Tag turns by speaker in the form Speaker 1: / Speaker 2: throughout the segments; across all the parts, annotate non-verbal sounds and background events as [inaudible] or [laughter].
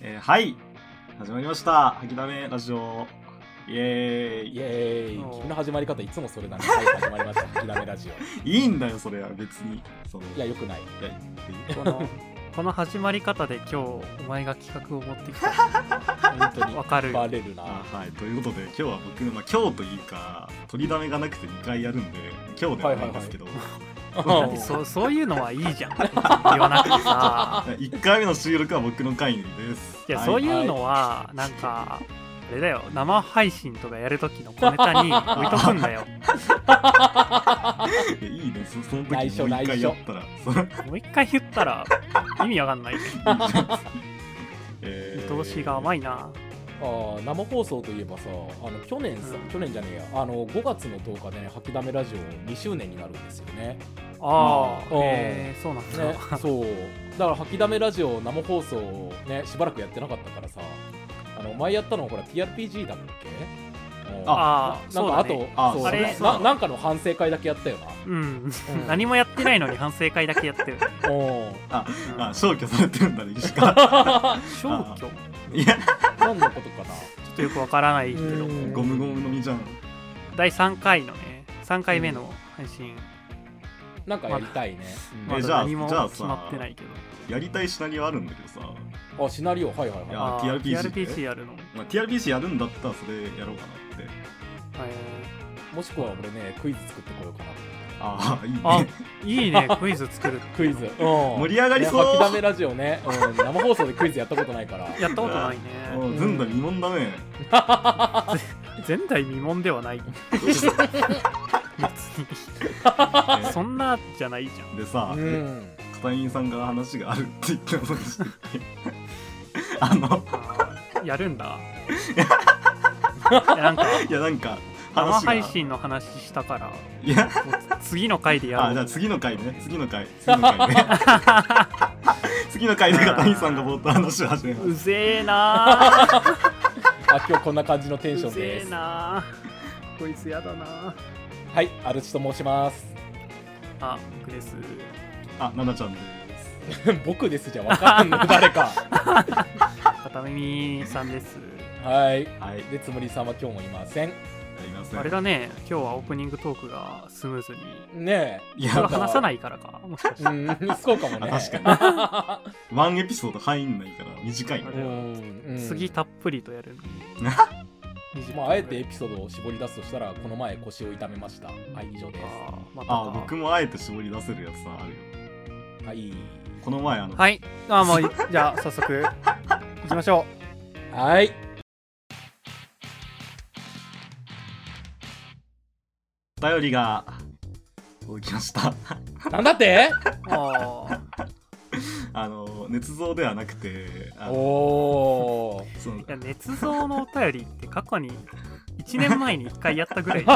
Speaker 1: えーはい始まりました「はきだめラジオ」イエーイ
Speaker 2: イエーイ
Speaker 3: おー
Speaker 2: 君の始まり方いつもそれだね。はい始まりました。諦めラジオ。
Speaker 1: いいんだよそれは別にその
Speaker 2: いや、よくない。
Speaker 1: いやっていう
Speaker 3: このこの始まり方で今日お前が企画を持ってきた
Speaker 2: 本 [laughs] 当に
Speaker 3: わかる
Speaker 2: バレるな。
Speaker 1: あ
Speaker 2: は
Speaker 1: はいということで今日は僕の、まあ、今日というか取りだめがなくて2回やるんで今日ではないんですけど、
Speaker 3: だってそうそういうのはいいじゃん言わなくてさ
Speaker 1: 1回目の収録は僕の回です
Speaker 3: いや
Speaker 1: は
Speaker 3: そういうのはなんかあれだよ生配信とかやるときの小ネタに置いとくんだよ
Speaker 1: いやいいねそその時もう
Speaker 2: 内
Speaker 1: 1
Speaker 2: 緒
Speaker 1: 回やったらその
Speaker 3: もう一回言ったら意味わかんない
Speaker 1: え
Speaker 3: 見通しが甘
Speaker 1: い
Speaker 3: いな
Speaker 2: あー生放送といえばさ、あの去年さ、
Speaker 3: うん
Speaker 2: 去年じゃねえや、あの5月の10日で、ね、吐きだめラジオ2周年になるんですよね。
Speaker 3: ああ
Speaker 2: うん
Speaker 3: えー、そうなんだ、
Speaker 2: ね、そう。だから吐きだめラジオ生放送をね、しばらくやってなかったからさ、あの前やったのほら TRPG だっけうん
Speaker 3: あー
Speaker 2: ななんかあと、
Speaker 3: そ
Speaker 1: あ
Speaker 2: そ
Speaker 3: うだね
Speaker 2: う
Speaker 1: あ
Speaker 3: れ
Speaker 2: ななんかの反省会だけやったよな。
Speaker 3: うん
Speaker 2: うん
Speaker 3: 何もやってないのに反省会だけやってる、
Speaker 2: うん
Speaker 3: うん
Speaker 1: あ消去されてるんだね石川
Speaker 3: 消去ちょ
Speaker 1: いや
Speaker 2: 何のことかな。
Speaker 3: っとよくわからないけど
Speaker 2: うん
Speaker 1: ゴムゴムの実じゃん
Speaker 3: 第3回のね3回目の配信、
Speaker 2: なんかやりたいね。
Speaker 1: ま
Speaker 3: ま
Speaker 1: え
Speaker 3: だ
Speaker 1: じゃあ
Speaker 3: 何も
Speaker 1: じゃあさ
Speaker 3: 決まってないけど
Speaker 1: やりたいシナリオあるんだけどさ、
Speaker 2: あシナリオはいはい
Speaker 1: い
Speaker 2: は
Speaker 1: や
Speaker 2: い。
Speaker 3: あー
Speaker 1: TRPG ね
Speaker 3: TRPG やるの、
Speaker 1: まあ、TRPC やるんだったらそれやろうかなって
Speaker 3: え
Speaker 2: もしくは俺ねクイズ作ってこようかな。
Speaker 1: ああいいね
Speaker 3: あーい
Speaker 1: [laughs]
Speaker 3: いねクイズ作る
Speaker 2: クイズ。うん。
Speaker 1: 盛
Speaker 2: 盛
Speaker 1: り上がりそう
Speaker 2: 吐きだめラジオね、 [laughs] うん、生放送でクイズやったことないから。
Speaker 3: やったことないね
Speaker 1: [laughs] うんずんだ未聞だね
Speaker 3: 前代未聞ではない別に
Speaker 1: ね
Speaker 3: そんなじゃないじゃん
Speaker 1: でさ
Speaker 2: うん。
Speaker 1: 片印さんが話があるって言ってたのにしてて
Speaker 3: [laughs]
Speaker 1: あの
Speaker 3: あーやる
Speaker 1: [laughs]
Speaker 3: んだいやなんか
Speaker 1: いやなんか
Speaker 3: 生
Speaker 1: 話が
Speaker 3: 配信の話したから
Speaker 1: いや
Speaker 3: もう次の回でや
Speaker 1: あ
Speaker 3: る
Speaker 1: じゃあ次の回ね次の回次の回ね次の回で片印さんが冒頭話を始めます
Speaker 3: うぜえなー
Speaker 2: あ今日こんな感じのテンショ
Speaker 3: う
Speaker 2: ン
Speaker 3: ぜ
Speaker 2: で
Speaker 3: え
Speaker 2: す。
Speaker 3: なーこいつやだなー
Speaker 2: はい、アルチと申します。 [laughs]
Speaker 3: あ僕です
Speaker 1: あななちゃんです
Speaker 2: 僕ですじゃわかんない誰 [laughs] か。
Speaker 3: 片耳さんです
Speaker 2: はい。
Speaker 1: はいや
Speaker 2: でつむりさんは今日もいません。
Speaker 1: りません
Speaker 3: あれだね今日はオープニングトークがスムーズに
Speaker 2: ね
Speaker 1: い
Speaker 3: そ
Speaker 1: や
Speaker 3: れは話さないからかもしかし
Speaker 2: え。
Speaker 3: て
Speaker 2: うん、そうかもね。
Speaker 1: 確
Speaker 2: か
Speaker 1: ワンエピソード入んないから短いね
Speaker 3: あ
Speaker 2: う
Speaker 3: れ
Speaker 2: ん。 [laughs] うん
Speaker 3: 次。たっぷりとや
Speaker 2: [laughs]
Speaker 3: るのに20
Speaker 2: まあ、あえてエピソードを絞り出すとしたら、この前腰を痛めました。はい、以上で
Speaker 3: あーまた
Speaker 1: あ
Speaker 3: か
Speaker 1: 僕もあえて絞り出せるやつさあるよ
Speaker 2: す。はい。
Speaker 1: この前あの
Speaker 3: はいあもういじゃあ早速行きましょ
Speaker 2: はい。
Speaker 1: お便りが届きました
Speaker 2: なんだって
Speaker 3: うあ
Speaker 1: あの捏造ではなくてあ
Speaker 2: お
Speaker 1: の
Speaker 2: おー。
Speaker 1: その
Speaker 3: ーいや捏造のお便りって過去に1年前に1回やったぐ
Speaker 2: [laughs]
Speaker 3: らい
Speaker 1: いや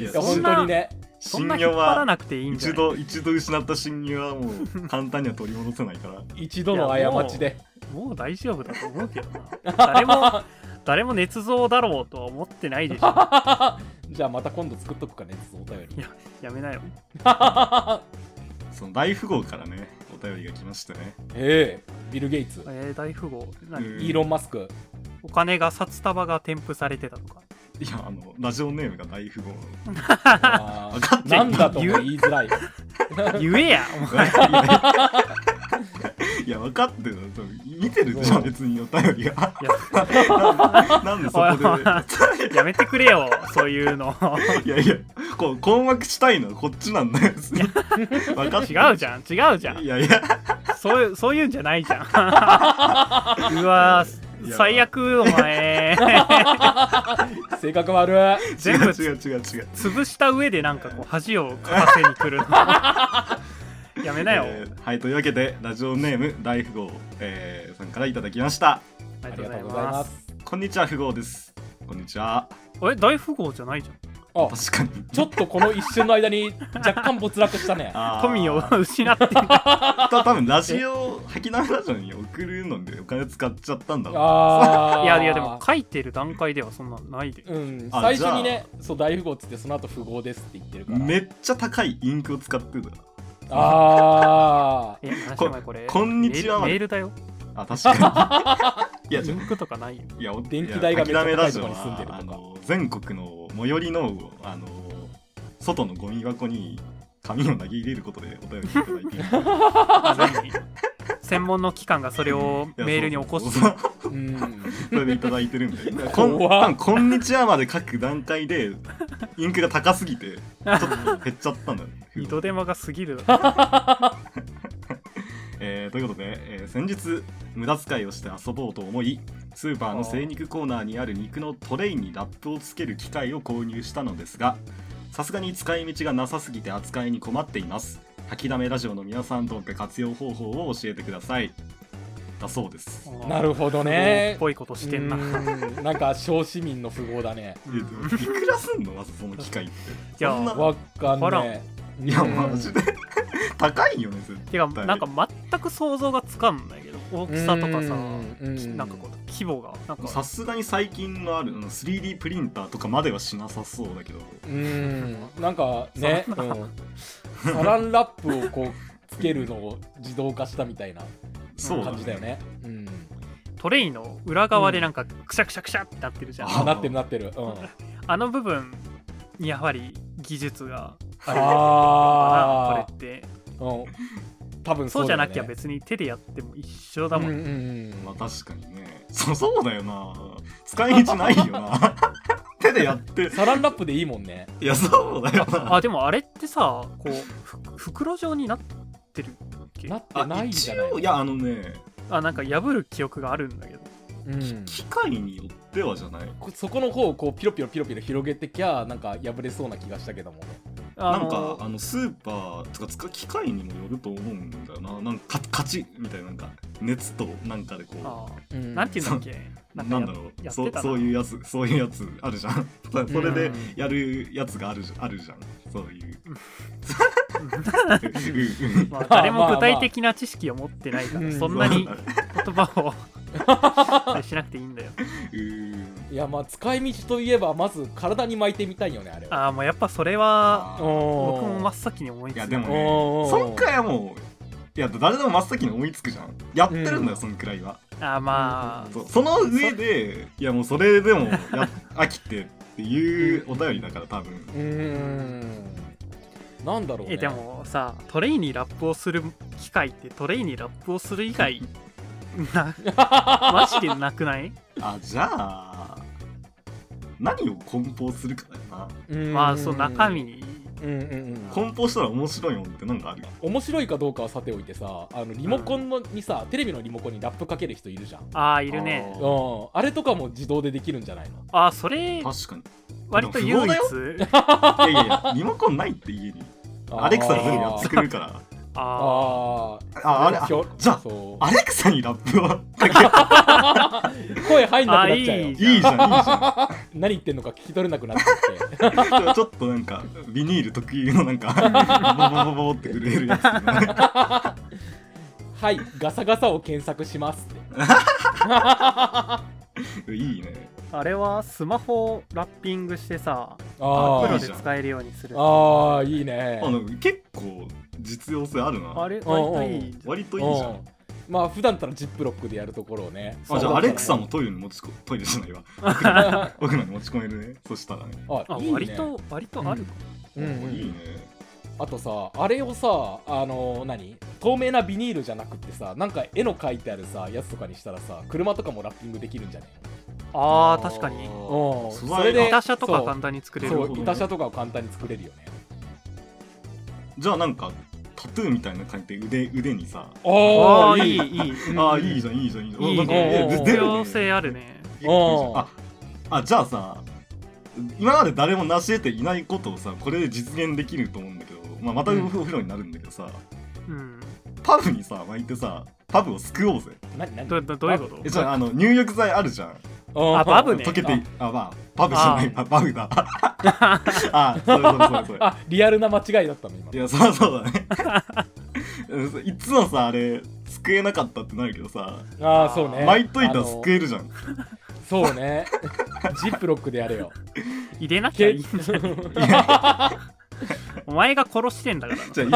Speaker 2: いや、
Speaker 3: そ
Speaker 2: 本
Speaker 3: んな
Speaker 2: 当にね。
Speaker 3: そんな
Speaker 1: 信
Speaker 3: 引っ
Speaker 1: 用
Speaker 3: 張ら
Speaker 1: は
Speaker 3: なくていいんじゃ
Speaker 1: 一
Speaker 3: ない
Speaker 1: 度一度失った信用はもう簡単には取り戻せないから
Speaker 2: 一度の過ちで。
Speaker 3: もう大丈夫だと思うけどな誰も誰も捏造だろうとは思ってないでしょ
Speaker 2: じゃあまた今度作っとくかね、お便り。
Speaker 3: やめなよ
Speaker 1: その大富豪からねお便りが来ましてね
Speaker 2: ええビル・ゲイツ、
Speaker 3: えー、大富豪何、
Speaker 1: うん
Speaker 2: イーロン・マス
Speaker 3: [laughs]
Speaker 2: ク、
Speaker 3: お金が札束が添付されてたとか
Speaker 1: いやあのラジオネームが大
Speaker 3: [laughs]
Speaker 1: 富豪
Speaker 2: あ
Speaker 1: わかっ
Speaker 2: ー
Speaker 1: ちゃ
Speaker 2: ないん
Speaker 1: け
Speaker 2: だ
Speaker 1: ど
Speaker 2: とも言いづらい。
Speaker 3: 言えやお前
Speaker 1: いや分かってるの多分見てるでしょ別にお便りが
Speaker 3: いや
Speaker 1: なんでそこ
Speaker 3: おい [laughs]
Speaker 1: で
Speaker 3: やめてくれよ、そういうの。
Speaker 1: いやいやこう困惑したいのはこっちなんだよ別に分かってる
Speaker 3: 違うじゃん、違うじゃん。
Speaker 1: いやいや
Speaker 3: そういう、そういうんじゃないじゃん。うわ
Speaker 1: い
Speaker 3: ー
Speaker 1: や
Speaker 3: 最悪、お前。
Speaker 2: 性格悪い。
Speaker 3: 全部
Speaker 1: 違う違う違う違う
Speaker 3: 潰した上でなんかこう、恥をかかせに来るの。やめなよ。
Speaker 1: えーはいというわけでラジオネーム大富豪、えーさんからいただきました
Speaker 3: あ
Speaker 2: あ
Speaker 3: り
Speaker 2: り
Speaker 3: が
Speaker 2: がと
Speaker 3: とう
Speaker 2: うご
Speaker 3: ご
Speaker 2: ざ
Speaker 3: ざい
Speaker 2: い
Speaker 3: ま。
Speaker 2: ますす。
Speaker 1: こんにちは富豪ですこんにちは
Speaker 3: え、大富豪じゃないじ
Speaker 2: あ
Speaker 1: 確かに
Speaker 2: ちょっとこの一瞬の間に若干没落したね。
Speaker 3: ゃ
Speaker 1: あ
Speaker 3: ん。
Speaker 1: ー
Speaker 3: 富を失ってる。
Speaker 1: た多分ラジオ吐きながらジオに送るのでお金使っちゃったんだろう
Speaker 2: ああ。
Speaker 3: いやいや、でも、書いてる段階ではそんなのないで。
Speaker 2: うん、
Speaker 1: あ
Speaker 2: 最初にね、そう大富豪っつって、その後富豪ですって言ってるから。
Speaker 1: めっちゃ高いインクを使ってた
Speaker 2: ああ。
Speaker 3: え、話し前これ。
Speaker 1: こんにちは
Speaker 3: メールメールだよ。
Speaker 1: あ確か
Speaker 2: [laughs]
Speaker 1: にいやち
Speaker 3: リ
Speaker 1: ょ
Speaker 3: ンクとかないよ。
Speaker 1: いやお
Speaker 2: 電気代がめっちゃ高いとこに住んで
Speaker 1: いや滝
Speaker 2: るとか
Speaker 1: ダメラジオはあの全国の最寄りのあの外のゴミ箱に紙を投げ入れることでお便りいただいて
Speaker 2: [laughs]
Speaker 1: いる
Speaker 3: あ何専門の機関がそれをメールに起こす
Speaker 1: いやそうそうそう
Speaker 3: [laughs]
Speaker 2: うん
Speaker 1: それでいただいてるんでこん
Speaker 2: 怖っ
Speaker 1: 多分こんにちはまで書く段階でインクが高すぎ
Speaker 2: [laughs]
Speaker 1: てちょっと減っちゃったんだよね
Speaker 3: 糸電話が過ぎるだろ
Speaker 1: えーということで、えー先日無駄遣いをして遊ぼうと思いスーパーの精肉コーナーにある肉のトレイにラップをつける機械を購入したのですがさすがに使い道がなさすぎて扱いに困っています吐きだめラジオの皆さんどうか活用方法を教えてくださいだそうです
Speaker 2: なるほど
Speaker 3: っ
Speaker 2: ね
Speaker 3: ぽいことしてんな。
Speaker 2: う
Speaker 3: い
Speaker 2: んなんか小市民の富豪だね
Speaker 1: えーでもいくらすんのまずその機械って
Speaker 3: や
Speaker 1: そんな
Speaker 2: わっかん
Speaker 3: わからん
Speaker 2: ね
Speaker 1: いやマジで [laughs] 高いよね絶対
Speaker 3: てか、なんか全く想像がつかんないけど、大きさとかさ、
Speaker 2: な
Speaker 3: なんかこう、規模が、なんか
Speaker 1: さすがに最近のあるあの 3D プリンターとかまではしなさそうだけど
Speaker 2: うーんなんかね、うん、サランラップをこうつけるのを自動化したみたいな
Speaker 1: そう
Speaker 2: 感じだよね。うん、
Speaker 3: トレイの裏側でなんかくしゃくしゃくしゃってなってるじゃん。
Speaker 1: あ
Speaker 2: なってるなってる。うん、
Speaker 3: あの部分にやはり技術がある
Speaker 2: あ
Speaker 3: これって
Speaker 2: あ、うん、多分
Speaker 3: そ
Speaker 2: そうう
Speaker 3: じ
Speaker 2: だ
Speaker 3: ゃ
Speaker 2: よね
Speaker 3: なきゃ別に手でやっても一緒だもん、
Speaker 2: うんうんうん
Speaker 1: まあ確かにねそそうだよな使い道ないよな [laughs] 手でやって
Speaker 2: サランラップでいいもんね。
Speaker 1: いやそうだよ
Speaker 2: [laughs]
Speaker 1: な
Speaker 3: あでもあれってさこうふ袋状になってるっけ
Speaker 2: なってないじゃない
Speaker 1: 一応いやあのね
Speaker 3: あなんか破る記憶があるんだけど
Speaker 2: うん、
Speaker 1: 機械によってはじゃない
Speaker 2: こそこの方をこうピロピロピロピロ広げてきゃなんか破れそうな気がしたけども。
Speaker 1: な
Speaker 3: あ
Speaker 1: ん
Speaker 3: の
Speaker 1: かあのスーパーとか使う機械にもよると思うんだよななんかか勝ちみたいななんか熱となんかでこう
Speaker 3: あ
Speaker 2: うん、
Speaker 3: なんていうんだっけ
Speaker 1: な
Speaker 3: かや
Speaker 1: んだろう
Speaker 3: やっ
Speaker 1: そ
Speaker 3: て
Speaker 1: う
Speaker 3: たな
Speaker 1: そういうやつそういうやつあるじゃ
Speaker 3: [laughs]
Speaker 1: んそそれ
Speaker 2: う
Speaker 1: で
Speaker 2: ん
Speaker 1: やるやつがあるじゃんあるじゃんそういう
Speaker 3: [laughs]
Speaker 1: うん
Speaker 3: まあ、誰も具体的な知識を持ってないか
Speaker 2: う
Speaker 3: ら
Speaker 2: ん
Speaker 3: そんなに言葉を [laughs] しなくていいんだよ
Speaker 1: うん
Speaker 2: いやまあ使い道といえばまず体に巻いてみたいよねあれは。
Speaker 3: ああもうやっぱそれは僕
Speaker 2: 僕
Speaker 3: も真っ先に思いついた
Speaker 1: いやでも
Speaker 2: おー
Speaker 1: そんくらいはもういや誰でも真っ先に思いつくじゃんやってるんだよ、
Speaker 2: うん
Speaker 1: そんくらいは
Speaker 3: あーまあ
Speaker 1: そその上でいやもうそれでもや飽きてっていうお便りだから多分
Speaker 2: うーん。なんだろう、ね。
Speaker 3: えでもさトレイにラップをする機会ってトレイにラップをする以外
Speaker 1: [laughs]
Speaker 3: なマジでなくない
Speaker 1: あじゃあ何を梱包するかだよな
Speaker 2: うーん、
Speaker 3: まあそう中身に
Speaker 2: うんうんうん。
Speaker 1: 梱包したら面白いもんってなんかある
Speaker 2: 面白いかどうかはさておいてさ、あのリモコンのにさ、テレビのリモコンにラップかける人いるじゃん。
Speaker 3: ああいるね
Speaker 1: あ
Speaker 2: う
Speaker 1: ー
Speaker 2: ん、あれとかも自動でできるんじゃないの
Speaker 3: ああそれ
Speaker 1: 確
Speaker 3: 割と唯一
Speaker 1: でもかにいやいやいやリモコンないって家にアレクサが全部やってくれるから
Speaker 3: ああ
Speaker 2: あー
Speaker 1: ああれ
Speaker 2: ひょ
Speaker 1: じゃあ
Speaker 2: そう
Speaker 1: アレクサにラップをか
Speaker 2: 声入んなくなっちゃう
Speaker 3: あい
Speaker 2: よ
Speaker 1: けいい
Speaker 3: い
Speaker 1: じゃんいいじゃん
Speaker 2: 何言ってんのか聞き取れなくなっちゃって
Speaker 1: ちょっとなんかビニール特有のなんかボボボボボって震えるやつとかね
Speaker 2: はいガサガサを検索しますって
Speaker 1: いいね
Speaker 3: あれはスマホをラッピングしてさ
Speaker 2: あ
Speaker 1: ー
Speaker 3: プロ
Speaker 2: ー
Speaker 3: で使えるようにするあ
Speaker 2: あーいいね
Speaker 1: あの結構実用性あるな
Speaker 3: れ割といいじゃん
Speaker 1: 割といいじゃん
Speaker 2: うんまあ普段だったらジップロックでやるところをね
Speaker 1: あじゃあアレクサ
Speaker 2: [laughs] も
Speaker 1: もトイレに持ちこトイレじゃないわ奥の奥のに持ち込めるねそしたらね
Speaker 2: あ
Speaker 3: あ
Speaker 2: いいね
Speaker 3: 割と割とあるか
Speaker 2: うんうん
Speaker 1: いいね
Speaker 2: あとさあれをさあの何透明なビニールじゃなくってさなんか絵の描いてあるさやつとかにしたらさ車とかもラッピングできるんじゃね
Speaker 3: ああ確かに
Speaker 2: うん
Speaker 1: す
Speaker 2: そ
Speaker 1: ご
Speaker 2: れ
Speaker 1: いな
Speaker 2: で
Speaker 3: 板車とか簡単に作れる
Speaker 1: なほ
Speaker 2: そ
Speaker 1: ど
Speaker 2: う
Speaker 1: ね
Speaker 2: 板車とかを簡単に作れるよね
Speaker 1: じゃあなんかタトゥーみたいな感じで腕腕にさ
Speaker 3: あ
Speaker 2: あ
Speaker 3: あ
Speaker 2: ー
Speaker 3: いいいい
Speaker 2: うん
Speaker 1: ああいいじゃんいいじゃんいいじゃん
Speaker 3: いい
Speaker 1: なんかえ
Speaker 2: ね
Speaker 1: で
Speaker 3: 必
Speaker 1: 出る
Speaker 3: 要
Speaker 1: ね
Speaker 3: 性あるね
Speaker 1: 結構いいじゃんああじゃあさ今まで誰も成し得ていないことをさこれで実現できると思うんだけど、まあ、またお
Speaker 2: うん
Speaker 1: 風呂になるんだけどさ、
Speaker 3: うん
Speaker 1: パブにさ巻いてさパブを救おうぜ
Speaker 2: 何何
Speaker 3: どどどういうこと
Speaker 1: えじゃああの入浴剤あるじゃん
Speaker 2: うん
Speaker 3: あバブね
Speaker 1: 溶けていあまあパブじゃないあバブだ [laughs] あそうそうそうそう
Speaker 2: あリアルな間違いだったの
Speaker 1: [laughs]
Speaker 2: 今
Speaker 1: いやそうそうだねうんいつもさあれ救えなかったってなるけどさ
Speaker 2: ああそうね
Speaker 1: 巻いといた
Speaker 2: あ
Speaker 1: ら
Speaker 2: の
Speaker 1: 救えるじゃん
Speaker 2: そうね [laughs] ジップロックでやれよ
Speaker 3: 入れなきゃ
Speaker 2: け
Speaker 3: いい
Speaker 1: いや
Speaker 3: [laughs] お前が殺してんだからな
Speaker 1: じゃあ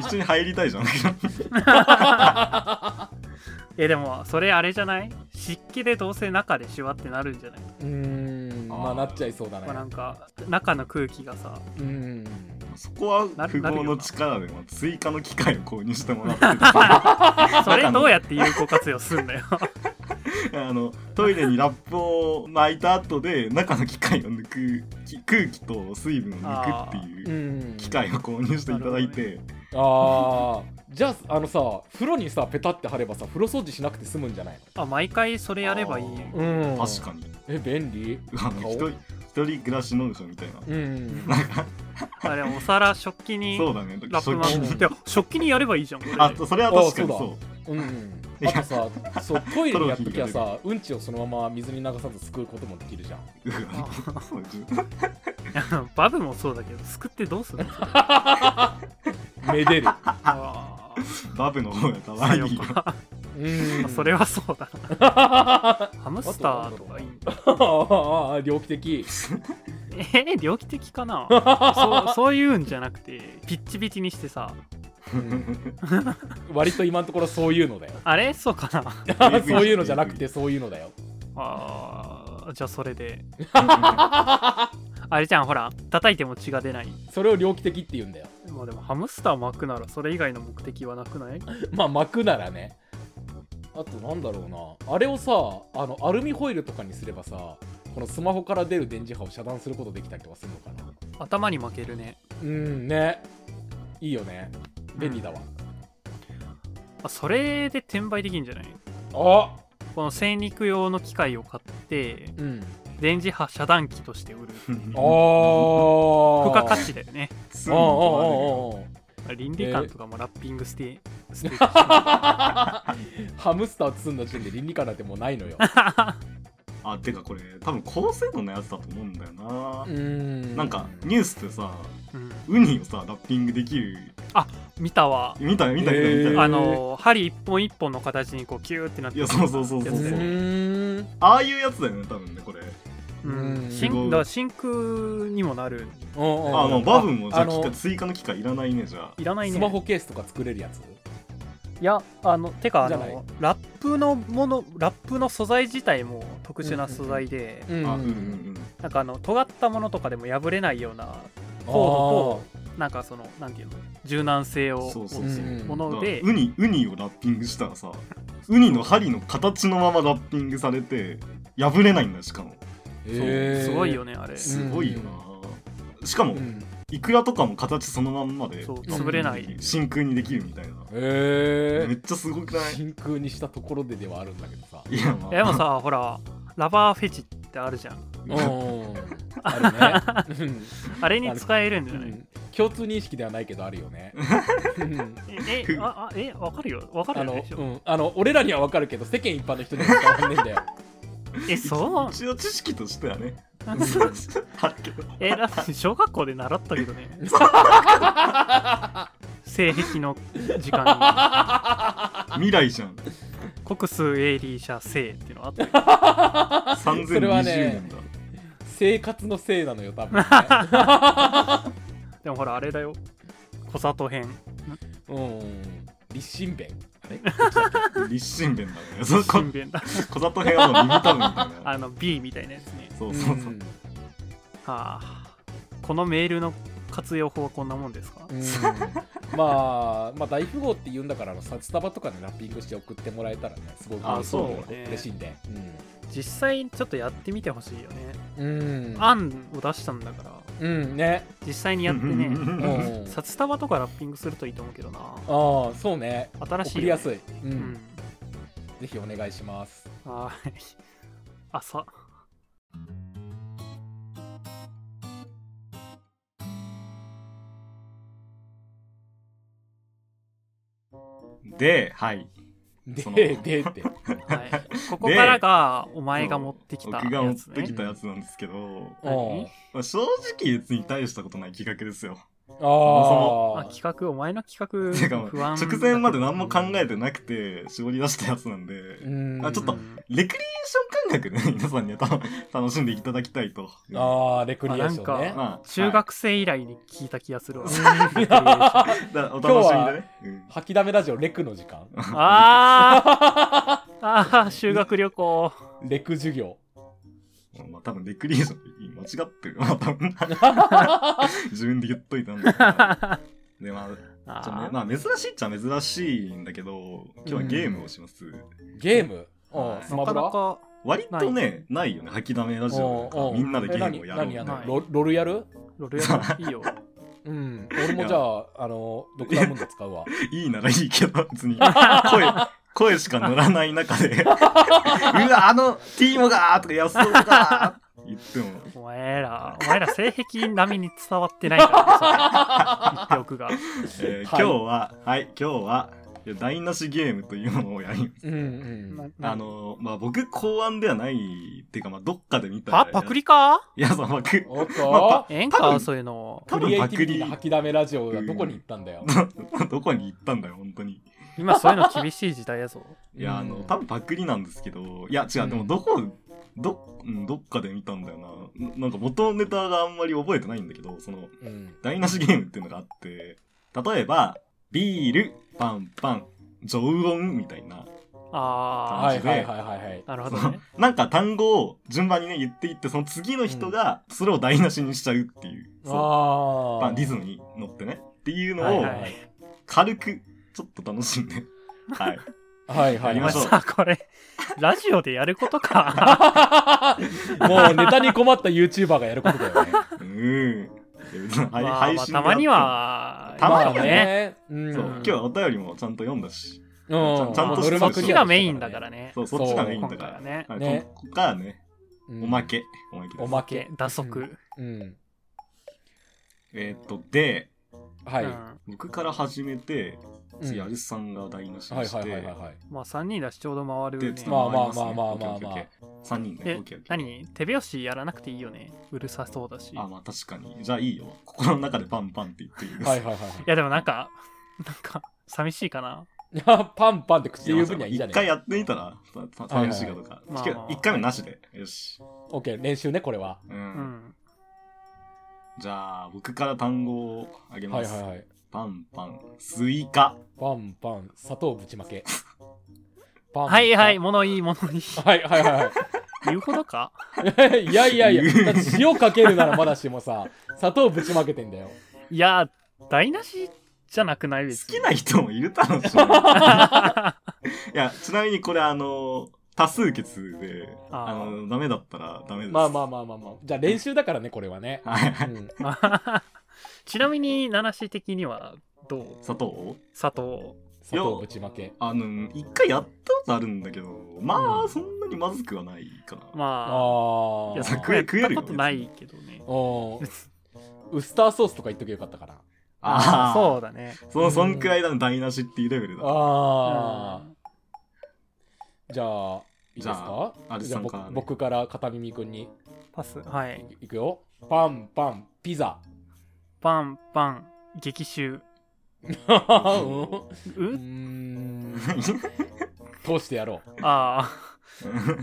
Speaker 1: 一緒に一緒に入りたいじゃん
Speaker 3: ええでもそれあれじゃない湿気でどうせ中でシュワってなるんじゃない、
Speaker 2: うーんまあなっちゃいそうだね
Speaker 3: まあ、なんか中の空気がさ
Speaker 2: うん
Speaker 1: そこは
Speaker 3: な
Speaker 1: 富
Speaker 3: なる
Speaker 1: 豪
Speaker 3: よな
Speaker 1: の力でも追加の機械を購入してもらって
Speaker 3: それどうやって有効活用すんだよ [laughs]
Speaker 1: あのトイレにラップを巻いた後で中の機械を抜くき空気と水分を抜くっていううん機械を購入していただいて、
Speaker 2: ああじゃああのさ風呂にさペタって貼ればさ風呂掃除しなくて済むんじゃない
Speaker 3: あ毎回それやればいいよ
Speaker 1: あ
Speaker 2: の
Speaker 1: 確
Speaker 2: に
Speaker 1: かに
Speaker 2: え便利
Speaker 1: あの一人一人暮らしのうしみたいな、
Speaker 2: うん
Speaker 3: あれお皿食器に
Speaker 1: そうだね
Speaker 3: ラップ
Speaker 1: 食器
Speaker 3: 巻く
Speaker 1: に
Speaker 3: いや食器にやればいいじゃんこれ
Speaker 1: あそれは確かに
Speaker 2: あ
Speaker 1: そう
Speaker 2: うん
Speaker 1: いや
Speaker 2: あとさそうトイレにやっときゃさうんちをそのまま水に流さずすくうこともできるじゃん
Speaker 1: うんそう
Speaker 3: [laughs] バブもそうだけどすくってどうするのそれ
Speaker 2: めでる
Speaker 3: あー
Speaker 1: バブの方が可愛いよ
Speaker 3: やっぱ
Speaker 2: うん
Speaker 3: [laughs] それはそうだな
Speaker 1: [laughs]
Speaker 2: あ
Speaker 3: ハムスターとかいい
Speaker 2: [laughs] あ猟奇的
Speaker 3: えー、猟奇的かな
Speaker 1: [laughs]
Speaker 3: そうそういうんじゃなくてピッチピチにしてさ
Speaker 2: 割と今のところそういうのだよ
Speaker 3: あれそうかな
Speaker 2: そういうのじゃなくてそういうのだよ
Speaker 3: あーじゃあそ
Speaker 1: [laughs]
Speaker 3: れであれじゃんほら叩いても血が出ない
Speaker 2: それを猟奇的って言うんだよ
Speaker 3: まあでもハムスター巻くならそれ以外の目的はなくない
Speaker 2: [laughs] まあ巻くならねあとなんだろうなあれをさあのアルミホイルとかにすればさこのスマホから出る電磁波を遮断することできたりとかするのかな
Speaker 3: 頭に巻けるね
Speaker 2: うんねいいよね便利だわ、
Speaker 3: あそれで転売できんじゃない
Speaker 2: あ
Speaker 3: この精肉用の機械を買って
Speaker 2: うん
Speaker 3: 電磁波遮断機とし
Speaker 2: [laughs]
Speaker 3: て売る
Speaker 2: ああ
Speaker 3: 付加価値だよね
Speaker 1: す
Speaker 2: あ
Speaker 1: ぐ
Speaker 2: あ
Speaker 1: に
Speaker 2: あ
Speaker 1: 壊
Speaker 2: ああ
Speaker 3: 倫理観とかもラッピングして、ステーキ
Speaker 2: ハムスター包んだ時点で倫理観なんてもうないのよ
Speaker 1: れるあてかこれ多分高性能なやつだと思うんだよな、
Speaker 2: ん
Speaker 1: なんかニュースってさ
Speaker 3: うん、
Speaker 1: ウニをさラッピングできる
Speaker 3: 見たわ
Speaker 1: 見た見た見た見た、
Speaker 2: [laughs] へー
Speaker 3: あの針一本一本の形にこうキューってなって
Speaker 1: いやそうそうそう
Speaker 2: う
Speaker 1: そ
Speaker 3: や
Speaker 1: う
Speaker 3: つ
Speaker 1: そう
Speaker 3: だよね
Speaker 2: ーん
Speaker 1: ああいうやつだよね多分ねこれ
Speaker 3: うん
Speaker 2: うん
Speaker 3: 真だから真空にもなる
Speaker 2: うんうん
Speaker 1: あのバブンもじゃあ
Speaker 2: あの
Speaker 1: 機械追加の機械いらないねじゃあ
Speaker 3: いらないね
Speaker 2: スマホケースとか作れるやつ
Speaker 3: いやあのてかあ
Speaker 2: じゃない
Speaker 3: のラップのものラップの素材自体も特殊な素材で、
Speaker 2: うん
Speaker 1: あうんうん
Speaker 3: なんかあの尖ったものとかでも破れないような
Speaker 2: あ
Speaker 3: コードとなんかそのなんていうの柔軟性を
Speaker 1: そう
Speaker 3: 持つ
Speaker 1: そうそう
Speaker 3: も
Speaker 1: うんだ
Speaker 3: の
Speaker 1: から
Speaker 3: で、
Speaker 1: ウニウニをラッピングしたらさウニの針の形のままラッピングされて破れないんだよしかも
Speaker 2: ー
Speaker 1: そう
Speaker 2: へー
Speaker 3: すごいよねあれ、
Speaker 1: すごいよなしかも、
Speaker 2: うん
Speaker 1: イクラとかも形そのまんまで
Speaker 3: そう潰れない、
Speaker 1: 真空にできるみたいな、
Speaker 2: へ
Speaker 1: めっちゃすごくない
Speaker 2: 真空にしたところでではあるんだけどさ
Speaker 1: いやまあ [laughs]
Speaker 3: でもさほらラバーフェチってあるじゃん
Speaker 2: うんあるね
Speaker 3: あれに使えるんじ
Speaker 2: う
Speaker 3: ゃ
Speaker 2: ん
Speaker 3: な
Speaker 2: う
Speaker 3: い、
Speaker 2: ん共通認識ではないけどある
Speaker 1: [laughs]
Speaker 2: よねうん
Speaker 3: ええああえわかるよわかる
Speaker 2: あ
Speaker 3: よね
Speaker 2: の
Speaker 3: でしょ、
Speaker 2: うん、あの俺らには分かるけど世間一般の人には分かんねえんだ
Speaker 1: [laughs]
Speaker 2: よ
Speaker 3: えそう
Speaker 1: 一応知識としてはね
Speaker 3: うん
Speaker 1: あるけど
Speaker 3: えだって小学校で習ったけ
Speaker 1: [laughs]
Speaker 3: どね性癖の時間
Speaker 1: 未来じゃん
Speaker 3: に国数エイリー社性っていうのあったよ
Speaker 2: それは
Speaker 1: 3020
Speaker 2: ね
Speaker 1: 年だ、
Speaker 2: 生活のせいなのよ多分、ね
Speaker 1: [laughs]
Speaker 3: でもほらあれだよ小里編
Speaker 2: うん立身弁あれ
Speaker 1: 立身弁だねそこ
Speaker 3: 新編だ
Speaker 1: 小里編はもう耳たぶみたい
Speaker 3: あ [laughs]
Speaker 1: な
Speaker 3: の B みたいなやつね
Speaker 1: そうそうそう、
Speaker 3: はあこのメールの活用法はこんなもんですか
Speaker 2: うんうんまあまあ大富豪って言うんだからあの札束とかでラッピングして送ってもらえたらねすご
Speaker 1: あ
Speaker 2: く
Speaker 1: そう
Speaker 3: ね
Speaker 2: 嬉しいんで
Speaker 3: 実際ちょっとやってみてほしいよね
Speaker 2: うん、うん、
Speaker 3: 案を出したんだから
Speaker 2: うんね
Speaker 3: 実際にやってね
Speaker 2: うん
Speaker 3: 札束とかラッピングするといいと思うけどな
Speaker 2: ああそうね
Speaker 3: 新しい
Speaker 2: 送り
Speaker 3: よ
Speaker 2: や
Speaker 3: ね
Speaker 2: すい、うん
Speaker 3: うん
Speaker 2: ぜひお願いします
Speaker 3: はい朝
Speaker 1: ではい
Speaker 2: で
Speaker 1: その
Speaker 2: [laughs] で
Speaker 3: [laughs]
Speaker 2: でって [laughs]
Speaker 3: はいここからがお前が持ってきた
Speaker 1: 僕が持
Speaker 3: や
Speaker 1: っ
Speaker 3: つ
Speaker 1: て
Speaker 3: ね
Speaker 1: きたやつなんですけど、
Speaker 2: うん
Speaker 1: まあ正直別に大したことない企画ですよも
Speaker 3: まあ
Speaker 2: あー
Speaker 3: 企画お前の企
Speaker 1: てか
Speaker 3: 画不安
Speaker 1: 直前まで何も考えてなくて絞り出したやつなんで、
Speaker 2: うん
Speaker 1: あちょっと
Speaker 3: うん
Speaker 1: レクリエーション感覚で、ね、皆さんにはた楽しんでいただきたいと。
Speaker 2: ああレクリエーション
Speaker 3: あ
Speaker 2: ね
Speaker 3: なん
Speaker 1: まあ、
Speaker 3: 中学生以来に聞いた気がするわ。
Speaker 1: はいだお楽しみでね。うん
Speaker 2: 吐きだめラジオレクの
Speaker 1: [laughs]
Speaker 2: 時間
Speaker 3: あーあー修学
Speaker 1: [laughs]
Speaker 3: 旅行
Speaker 2: レク授業
Speaker 1: まあ多分レクリエーション間違ってる。まあ多分
Speaker 2: [laughs]
Speaker 1: 自分で言っといたんだけど。でまあ、ちょっとね
Speaker 3: あ
Speaker 1: まあ珍しいっちゃ珍しいんだけど、今日はゲームをします。
Speaker 2: ゲーム
Speaker 1: は
Speaker 2: う
Speaker 1: い
Speaker 2: んス
Speaker 3: ー
Speaker 2: マ
Speaker 3: な
Speaker 2: ブ
Speaker 3: か
Speaker 2: ラ
Speaker 3: なか
Speaker 1: 割とね、ないよね。吐きだめラジオとか
Speaker 2: うう
Speaker 1: みんなでゲームをやる
Speaker 2: え
Speaker 1: みたい
Speaker 2: 何
Speaker 1: な
Speaker 2: 何やんのロロールやる
Speaker 3: ロレアいいよ。
Speaker 2: うん俺もじゃああのドクタームンド使うわ
Speaker 1: いいならいいけど、別
Speaker 2: [laughs]
Speaker 1: に。声、声しか乗らない中で。うわ、あの、ティーモがーとか安男がー言っても。
Speaker 3: [laughs] お前ら、お前ら性癖並みに伝わってないから、ね、それ言っておくが。
Speaker 1: えー
Speaker 2: はい
Speaker 1: 今日は、はい、今日は、いや台無しゲームというものをやります。
Speaker 2: うんうん
Speaker 1: あのー、まあ、僕考案ではない、っていうか、まあ、どっかで見た。
Speaker 3: パパクリか
Speaker 1: いや、そう、パク、
Speaker 2: おっ
Speaker 1: ま
Speaker 2: と
Speaker 3: ええん
Speaker 1: 多
Speaker 3: か
Speaker 1: 分
Speaker 3: そういうの。
Speaker 1: 多
Speaker 2: ク
Speaker 1: 分
Speaker 2: リエ
Speaker 1: パ
Speaker 2: イティ
Speaker 1: ク
Speaker 2: ビティ
Speaker 1: リ
Speaker 2: の、吐きだめラジオがどこに行ったんだよ
Speaker 1: [laughs] どこに行ったんだよ、本当に。
Speaker 3: 今そういうの厳しい時代やぞ。
Speaker 1: いや、あ
Speaker 2: う
Speaker 1: の、
Speaker 2: ん
Speaker 1: 多分パクリなんですけど、いや、違う、でも、どこ、ど、うんどっかで見たんだよな。ななんか、元ネタがあんまり覚えてないんだけど、その、
Speaker 2: うん
Speaker 1: 台無しゲームっていうのがあって、例えば、ビール、パンパン、常温みたいな。
Speaker 3: あ
Speaker 2: はい
Speaker 1: 感じで
Speaker 2: はいはいはいはい
Speaker 3: あ、なるほどね。
Speaker 1: [laughs]
Speaker 3: [laughs]
Speaker 1: なんか単語を順番にね、言っていって、その次の人が、それを台無しにしちゃうっていう。そう
Speaker 2: あ
Speaker 1: まあ、リズ
Speaker 2: ム
Speaker 1: ムに乗ってね。っていう
Speaker 2: はい
Speaker 1: のを
Speaker 2: は、い
Speaker 1: 軽く、ちょっと楽しん
Speaker 2: [laughs]
Speaker 1: で。はい。
Speaker 2: はいは
Speaker 1: や
Speaker 2: い
Speaker 1: り
Speaker 2: は
Speaker 1: ま
Speaker 2: い
Speaker 1: しょう
Speaker 3: さあ、これ、ラジオでやることか。
Speaker 2: もうネタに困った YouTuber がやることだよね。
Speaker 1: うーん。別に配
Speaker 3: まあ
Speaker 1: 配
Speaker 3: ま
Speaker 1: 信でやっ
Speaker 3: あた
Speaker 1: ても
Speaker 3: まに。は、
Speaker 1: たまにはね
Speaker 3: まあね。
Speaker 2: う
Speaker 1: そ
Speaker 2: ん。
Speaker 1: う、
Speaker 2: うん
Speaker 1: 今日はお便りもちゃんと読んだし。ちゃんと
Speaker 2: ノルマ
Speaker 3: そっ
Speaker 2: ク
Speaker 3: ち
Speaker 2: リア
Speaker 3: がメインだから
Speaker 2: ね。
Speaker 3: ね。
Speaker 1: そう、そっちがメイン
Speaker 3: 今
Speaker 1: だか
Speaker 3: 回
Speaker 1: ら
Speaker 3: は。ね。
Speaker 1: はい、
Speaker 2: ね
Speaker 1: ここからはね、
Speaker 2: うん
Speaker 1: おま。け。おまけです。
Speaker 2: おまけ。
Speaker 3: 打足。
Speaker 2: うん。
Speaker 1: えーっと、で、
Speaker 2: はい。
Speaker 3: う
Speaker 2: うん
Speaker 3: ん
Speaker 1: 僕から始めて、
Speaker 2: はい
Speaker 1: 次、アルスさんが台無し
Speaker 2: はい
Speaker 1: に
Speaker 2: は
Speaker 1: し
Speaker 2: いはい
Speaker 1: て、
Speaker 2: はい。
Speaker 3: まあ3人だしちょうど回る
Speaker 1: で、
Speaker 3: ね
Speaker 1: ちょっ。と
Speaker 2: まあ
Speaker 1: 回りすね
Speaker 2: まあまあまあまあ
Speaker 1: オッケーオッケーオッケー三人ね。
Speaker 3: え
Speaker 1: オッケーオッケー
Speaker 3: 何手拍子やらなくていいよね。うるさそうだし。い
Speaker 1: あ、まあ確かに。じゃあいいよ。心の中でパンパンって言っていいです。
Speaker 2: はいはいはいはい。
Speaker 3: やでもなんか、 [laughs] なんか、寂しいかな。
Speaker 2: いや、パンパンって口で言う分にはいいじゃね
Speaker 1: 一
Speaker 2: え
Speaker 1: 回やってみたら、たた試しがとか。
Speaker 3: まあ
Speaker 1: 一回一回目なしで。よし。
Speaker 2: オッケー、練習ね、これは。
Speaker 1: う。
Speaker 3: うんん。
Speaker 1: じゃあ、僕から単語をあげ
Speaker 2: は
Speaker 1: ま
Speaker 2: い
Speaker 1: す。
Speaker 2: はいはい。
Speaker 1: パンパン、スイカ。
Speaker 2: パンパン、砂糖ぶちまけ。パンパン
Speaker 3: はいはい、
Speaker 2: は
Speaker 3: 物いい、物いい。
Speaker 2: いはいは
Speaker 3: 言うほどか
Speaker 2: い。いやいやいや、だって塩かけるならまだしもさ、砂糖ぶちまけてんだよ。
Speaker 3: いや、台無しじゃなくない
Speaker 1: 好
Speaker 3: 別
Speaker 1: き
Speaker 3: に。
Speaker 1: な人もいるだろうし。いや、ちなみにこれあの、多数決で、
Speaker 3: あー
Speaker 1: あの、ダメだったらダメです。
Speaker 2: [laughs] まあまあまあまあまあ。じゃあ練習だからね、これはね。
Speaker 1: あ。はい。
Speaker 2: うん。
Speaker 3: [laughs] ちなみに、七し的にはどう
Speaker 1: 砂糖
Speaker 3: 佐藤。
Speaker 2: 砂糖ぶちまけ。
Speaker 1: あの、一回やったことあるんだけど、まあ、そんなにまずくはないかな。
Speaker 3: ま
Speaker 2: あ
Speaker 3: あ、い
Speaker 2: あ。
Speaker 3: や、そ
Speaker 1: 食
Speaker 3: こ
Speaker 1: え
Speaker 3: やっ
Speaker 1: 食え
Speaker 3: た
Speaker 1: るよ
Speaker 3: ことないけどね。
Speaker 2: おーウスターソースとか言っとけよかったかな。
Speaker 1: ああ、
Speaker 3: [laughs] そうだね。
Speaker 1: その、そんくらいだの台無しっていうレベル [laughs] だ。
Speaker 2: あ
Speaker 3: うん
Speaker 2: あ。じゃあ、いいで
Speaker 1: じ
Speaker 2: すか
Speaker 1: ゃあアル
Speaker 2: じゃ
Speaker 1: さ
Speaker 2: あ
Speaker 1: んからね
Speaker 2: 僕僕から片耳くんに
Speaker 3: パス。はい。
Speaker 2: いくよ。パンパン、ピザ。
Speaker 3: パンパン、激
Speaker 2: う
Speaker 3: 臭。
Speaker 2: ん
Speaker 3: う
Speaker 2: うー
Speaker 3: ん
Speaker 2: ん。通してやろう。
Speaker 3: あ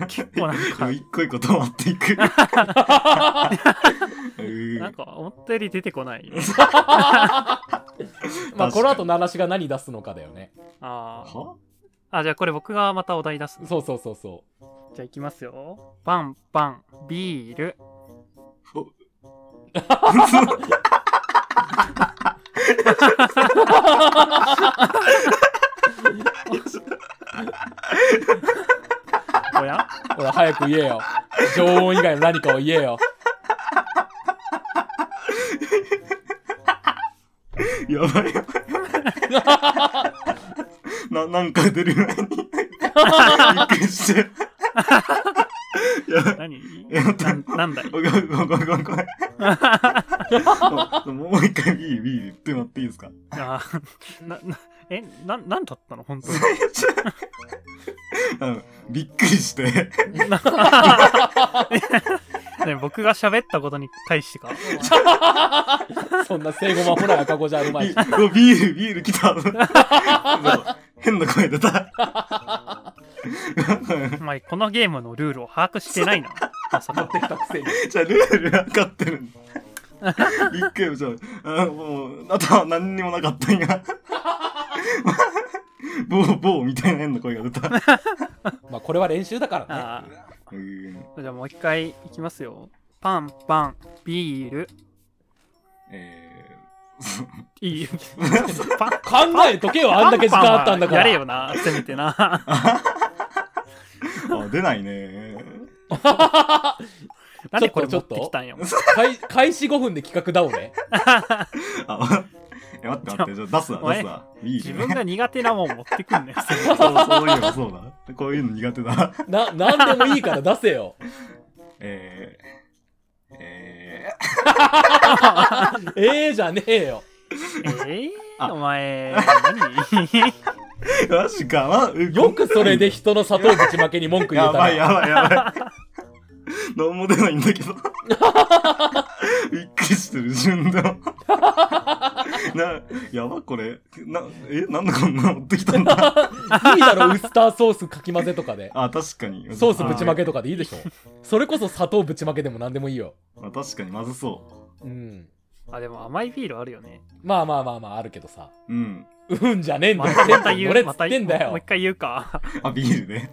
Speaker 3: 結 [laughs] 構なんか
Speaker 1: でも一個一個止まっていく。う
Speaker 3: あ、
Speaker 1: ー
Speaker 3: なんか思ったより出て
Speaker 1: [laughs]
Speaker 3: こない。
Speaker 2: まあ、
Speaker 1: 確かに
Speaker 2: この後、ナナシが何出すのかだよね。
Speaker 3: あー
Speaker 1: は
Speaker 3: あ、じゃあこれ僕がまたお題出す。
Speaker 2: そうそうそうそ
Speaker 3: じゃあいきますよ。パンパン、ビール。
Speaker 1: [laughs] お
Speaker 3: おや
Speaker 2: う。ほら、早く言えよ。常温以外の何かを言えよ。
Speaker 1: やばいやばい。な、 [laughs] なんか出る前に。びっくりして。やばい。
Speaker 3: 何
Speaker 1: え待って
Speaker 3: ななんだい
Speaker 1: ごめんごめんごめんごめん。もう一回ビールビールってもらっていいですか
Speaker 3: あー [laughs] ななえななんだったの本当に
Speaker 1: あのびっくりして。
Speaker 3: なね、僕が喋ったことに対し
Speaker 1: [laughs]
Speaker 3: てか。
Speaker 2: そんな生後間もない赤子じゃあるまいし
Speaker 1: ビ [laughs] おビール、ビール来た。そう変な声出た。
Speaker 3: お前、このゲームのルールを把握してないな。まさ
Speaker 2: 持っ
Speaker 3: か
Speaker 2: てきたくせに
Speaker 1: じゃあルール分かってるんだ。びっくりじゃあ、あもう、あとは何にもなかったんや。 [laughs] ボーボーみたいな変な声が出た。
Speaker 2: まあこれは練習だからね
Speaker 3: あ
Speaker 1: うん
Speaker 3: ーじゃあもう一回いきますよ。パンパン、ビール、
Speaker 1: え [laughs]
Speaker 3: いいよ。パン、
Speaker 2: 考えとけよあんだけ時間あったんだから
Speaker 3: やれよな、せめ
Speaker 2: [laughs]
Speaker 3: てな。
Speaker 1: ー、あ、出ないね。
Speaker 3: なんでこれ
Speaker 2: ち
Speaker 3: 持
Speaker 2: ょっ
Speaker 3: っ
Speaker 2: と
Speaker 3: てきたんよ。
Speaker 2: 開開始5分で企画だおね
Speaker 1: あ、え待って待って、じゃあ出すわ、出すわ。ビ
Speaker 3: 自
Speaker 1: ール
Speaker 3: 分
Speaker 1: ね。
Speaker 3: が苦手なもん持っ
Speaker 2: [laughs]
Speaker 3: てくんね。
Speaker 1: [laughs] そう、そういうの、そうだ。こういうの苦手だ。
Speaker 2: な何でもいいから出せよ
Speaker 1: えー、えー、
Speaker 2: ええじゃねえよ
Speaker 3: えー、
Speaker 1: あ
Speaker 3: お前、
Speaker 1: マジか、まあ、
Speaker 2: よくそれで人の砂糖ぶちまけに文句言え
Speaker 1: や
Speaker 2: た
Speaker 1: ばいや
Speaker 2: ら
Speaker 1: ばいやば
Speaker 2: [laughs]
Speaker 1: い。何も出ないんだけど。びっくりしてる、順
Speaker 2: [laughs]
Speaker 1: 度。な、やば、これ。な、え、なんでこんなの持ってきたん
Speaker 2: [laughs]
Speaker 1: だ。
Speaker 2: いいだろウスターソースかき混ぜとかで
Speaker 1: あ、確かに。
Speaker 2: ソースぶちまけとかでいいでしょそれこそ砂糖ぶちまけでも何でもいいよ
Speaker 1: あ確かに、まずそ
Speaker 2: うん
Speaker 3: 何 [laughs] あ、でも甘いビールあるよね。
Speaker 2: まあまあまあまああるけどさ
Speaker 1: う。うん。
Speaker 2: うんじゃねえん
Speaker 3: ま
Speaker 2: だよ
Speaker 3: たまた
Speaker 2: 言
Speaker 3: 言
Speaker 2: 俺
Speaker 3: う、
Speaker 2: っつ
Speaker 3: ま
Speaker 2: ったて
Speaker 3: 言
Speaker 2: ん
Speaker 3: う。
Speaker 2: だよ
Speaker 3: もう一回言うか。 [laughs]
Speaker 1: あ、ビールね。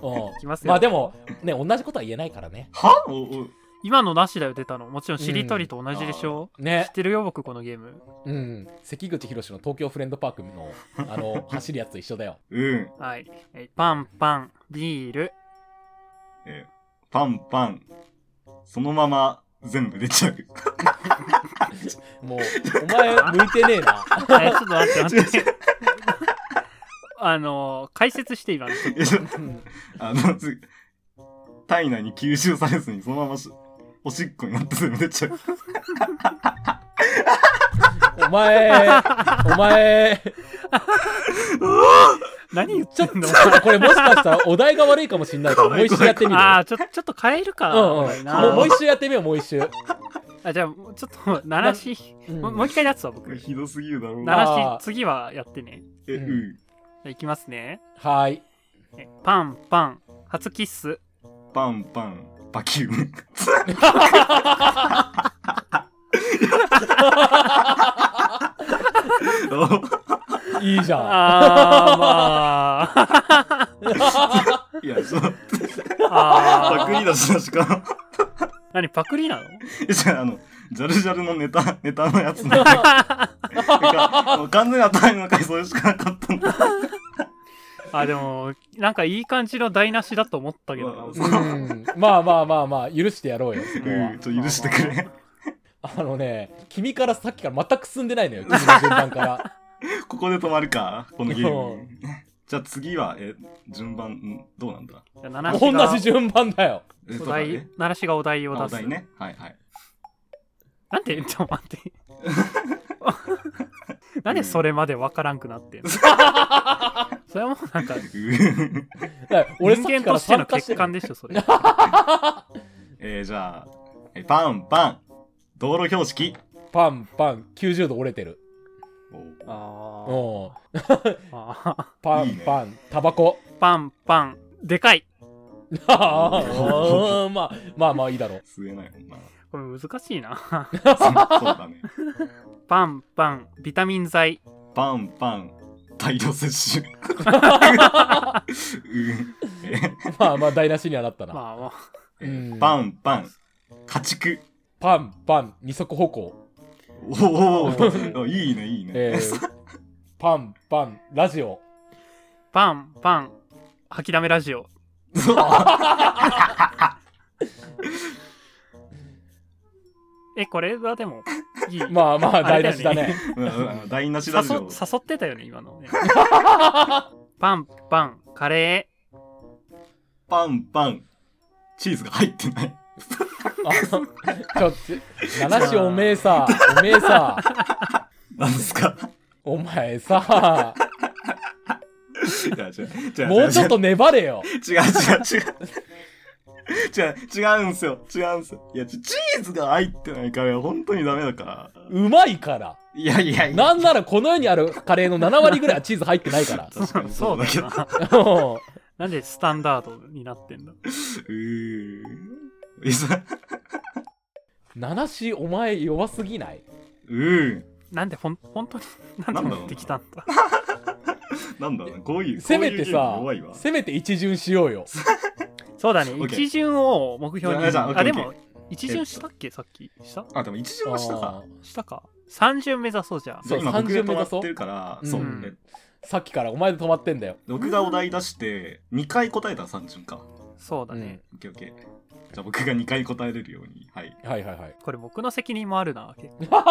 Speaker 2: うん
Speaker 3: いきますよ
Speaker 2: まあでもね同じことは言えないからね
Speaker 1: はおお
Speaker 3: 今のなしだよ、出たの。もちろん、しりとりと同じでしょ、知
Speaker 2: ね
Speaker 3: ってるよ、僕、このゲーム。
Speaker 2: うん関口宏の東京フレンドパーク
Speaker 3: [laughs]
Speaker 2: のあの走るやつと一緒だよ
Speaker 1: うん。
Speaker 3: はい。えーパンパン、ビ
Speaker 2: [laughs]
Speaker 3: ール。
Speaker 1: えーパンパン。そのまま、全部出ちゃう。
Speaker 2: もうお
Speaker 3: [laughs]
Speaker 2: 前向いてねえな
Speaker 3: えーちょっと待って、待って。あのー解説して、今の。
Speaker 1: えちょ
Speaker 2: うん
Speaker 1: [laughs] あの、つ体内に吸収されずに、そのまましおしっこになって全部出ちゃう。
Speaker 2: お前お前
Speaker 3: 何言っ
Speaker 2: ち
Speaker 3: ち
Speaker 2: ょ
Speaker 3: ゃ
Speaker 2: っと
Speaker 3: ってんの
Speaker 2: これもしかしたらお題が悪いかもしんない
Speaker 3: [laughs]
Speaker 2: からもう一周やってみる
Speaker 3: ああ、ちょ、ちょっと変えるか。
Speaker 2: うんうん、も
Speaker 3: おいうな
Speaker 2: もう一周やってみようもう一周、
Speaker 3: あ、じゃあ、ちょっと、鳴らし、
Speaker 2: うん
Speaker 3: もうもう一回やつは、僕。
Speaker 1: ひどすぎるだろう
Speaker 3: 鳴
Speaker 1: な。
Speaker 2: あ
Speaker 3: ら
Speaker 2: ー
Speaker 3: し、次はやってね。
Speaker 1: え、うん。
Speaker 3: じゃあいきますね。
Speaker 2: はーい
Speaker 3: えパンパン、初キッス。
Speaker 1: パンパン、バキューム。
Speaker 2: いいじゃん
Speaker 3: あー、まあ。
Speaker 1: いや、そう、パ [laughs]
Speaker 3: あ
Speaker 1: クリだしなしか。
Speaker 3: ー何パクリなの
Speaker 1: えじゃあ、あの、ジャルジャルのネタ、ネタのやつなんだけどなんかもう完全に頭の中にそれしかなかったんだ。
Speaker 3: あ、でも、なんかいい感じの台無しだと思ったけどな。
Speaker 1: う
Speaker 2: うんまあまあまあまあ許してやろうよそこ
Speaker 1: う
Speaker 2: は
Speaker 1: ん、ちょ、許してくれ。
Speaker 2: あのね君からさっきから全く進んでないのよ君の順番
Speaker 3: [laughs]
Speaker 2: から
Speaker 1: ここで止まるか、このゲー
Speaker 2: う
Speaker 1: ム。じゃあ次は、え、順番、んどうなんだ
Speaker 3: じゃあ鳴らし
Speaker 2: 同
Speaker 3: が
Speaker 2: じ順番だよ
Speaker 1: え、
Speaker 3: お
Speaker 1: そうだ
Speaker 3: 題
Speaker 1: ね。、
Speaker 3: 鳴らしがお題
Speaker 1: あ
Speaker 3: を
Speaker 1: お
Speaker 3: 出す。
Speaker 1: 題ね。はいはい。
Speaker 3: なんでちょっと待って。なんでそれまでわからんくなってんのそれはもうなんか、
Speaker 1: うん
Speaker 2: だから俺さ
Speaker 3: 人
Speaker 2: っき
Speaker 3: 間
Speaker 2: から
Speaker 3: として
Speaker 2: 参
Speaker 3: の
Speaker 2: 加してる
Speaker 3: 欠陥でしょ、それ。
Speaker 1: えー、じゃあ、え、パンパン、道路標識。
Speaker 2: パンパン90度折れてる
Speaker 1: お
Speaker 3: あー
Speaker 2: うん
Speaker 3: あー。
Speaker 2: パ
Speaker 1: いい
Speaker 2: ン
Speaker 1: ね
Speaker 2: パンタバコ [laughs]
Speaker 3: パンパン、でかい。
Speaker 2: あーまあまあまあいいだろう
Speaker 1: 吸えないもんな。
Speaker 3: これ難しいな。
Speaker 1: そうそうだね。
Speaker 3: パンパン、ビタミン剤。
Speaker 1: パンパン大量摂取 [laughs] うんえ
Speaker 2: まあまあ台無しにはなったな、
Speaker 3: まあまあ。
Speaker 2: うん
Speaker 1: パンパン家畜
Speaker 2: パンパン二足歩行
Speaker 1: おおいいねいいね、
Speaker 2: えー、パンパンラジオ
Speaker 3: パンパン吐きだめラジオ
Speaker 1: そう
Speaker 3: えこれはで [laughs] もいい
Speaker 2: まあまあ
Speaker 3: あ
Speaker 2: 台
Speaker 3: れ
Speaker 2: 無
Speaker 3: だよ
Speaker 2: しだ
Speaker 3: ね
Speaker 2: ね
Speaker 1: うんうん台無し
Speaker 3: 誘
Speaker 1: ラ
Speaker 3: [laughs]
Speaker 1: ジオ
Speaker 3: 誘ってたよね今
Speaker 2: [laughs]
Speaker 3: のね [laughs] パンパンカレ
Speaker 1: パンパンチーズが入ってない
Speaker 2: あちょっと七しおめえさおめえさ
Speaker 1: なんですか [laughs]
Speaker 2: お前さ
Speaker 1: いや違う違う違う
Speaker 2: もうちょっと粘れよ
Speaker 1: 違う違う違う違う、違うんすよ。違うんすよ。いや、ちチーズが入ってないカレーは本当にダメだから。
Speaker 2: うまいから
Speaker 1: いやいやいや。
Speaker 2: なんならこの世にあるカレーの7割ぐらいはチーズ入ってないから
Speaker 1: 確かにそうだけど。う
Speaker 3: な。
Speaker 2: うん
Speaker 3: なんでスタンダードになってんだ
Speaker 1: ーいざ
Speaker 2: 七しお前弱すぎないう
Speaker 1: ー
Speaker 3: なんでほん本 [laughs] 当になんで持ってきたんだ
Speaker 1: なんだろうな、こういう、
Speaker 2: せめ
Speaker 1: こ
Speaker 2: て
Speaker 1: ういうゲーム
Speaker 2: さ
Speaker 1: 弱いわ。
Speaker 2: せめて一巡しようよ
Speaker 3: そうだね、
Speaker 1: OK
Speaker 3: 一巡を目標に。
Speaker 1: じゃあじゃあ OK
Speaker 3: あ、でも、一巡したっけさっき。した
Speaker 1: あ、でも一巡はしたか。
Speaker 3: したか。三巡目指そうじゃん。
Speaker 2: そう
Speaker 1: 今
Speaker 2: 30
Speaker 1: 僕が
Speaker 2: 目
Speaker 1: 止
Speaker 2: 指
Speaker 1: ま
Speaker 2: そう
Speaker 1: ってるから、そうう。
Speaker 3: ん
Speaker 1: え
Speaker 2: さっきからお前で止まってんだよ
Speaker 1: 僕がお題出して、2回答えたら3巡か。
Speaker 3: そうだね。
Speaker 1: オッケーオッケー。じゃあ僕が2回答えれるように。はい。
Speaker 2: はいはいはい
Speaker 3: これ僕の責任もあるな。結構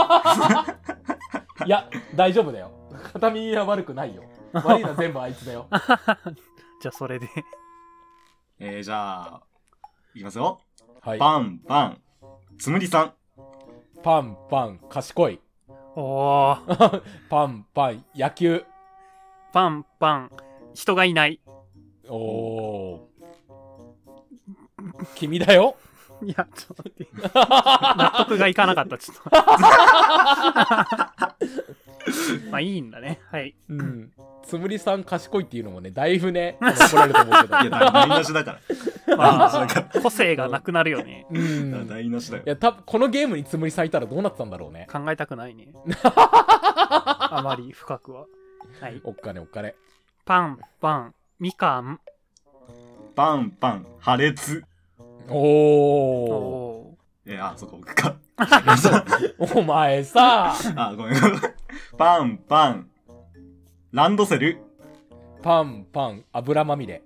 Speaker 2: いや大丈夫だよ片耳は悪くな
Speaker 1: [laughs]
Speaker 2: いよ悪いのは全部あいつだよ
Speaker 3: じゃあそれで。
Speaker 1: えー、じゃあ、いきますよ。
Speaker 2: はい
Speaker 1: バンバン。つむりさん。
Speaker 2: パンパン賢い
Speaker 3: おー、
Speaker 2: パンパン野球
Speaker 3: パンパン。人がいない。
Speaker 2: おおー君だよ
Speaker 3: いや、ちょっと待 [laughs] って。納得がいかなかった、ちょっ [laughs] と。まあいいんだね。はい。
Speaker 2: うんつむりさん賢いっていうのもねだい
Speaker 1: [laughs]
Speaker 2: ぶね怒られると思うけど
Speaker 1: いや、
Speaker 2: [laughs]
Speaker 1: 台無しだから。
Speaker 3: まあ、個性がなくなるよね。
Speaker 2: う
Speaker 1: いや
Speaker 2: ん
Speaker 1: 台無しだよ
Speaker 2: い。やたこのゲームにつむりさんいたらどうなってたんだろうね
Speaker 3: 考えたくないね。あまり深くは。はい。
Speaker 2: おっかねおっかね
Speaker 3: パン、パン、みかん。
Speaker 1: バンバン。破裂。
Speaker 2: お
Speaker 3: お
Speaker 2: お
Speaker 3: お
Speaker 1: えー、あ、そこ僕か。
Speaker 2: お前さ
Speaker 1: あ、ごめんごめ [laughs] ん。パンパン。ランドセル。
Speaker 2: パンパン油まみれ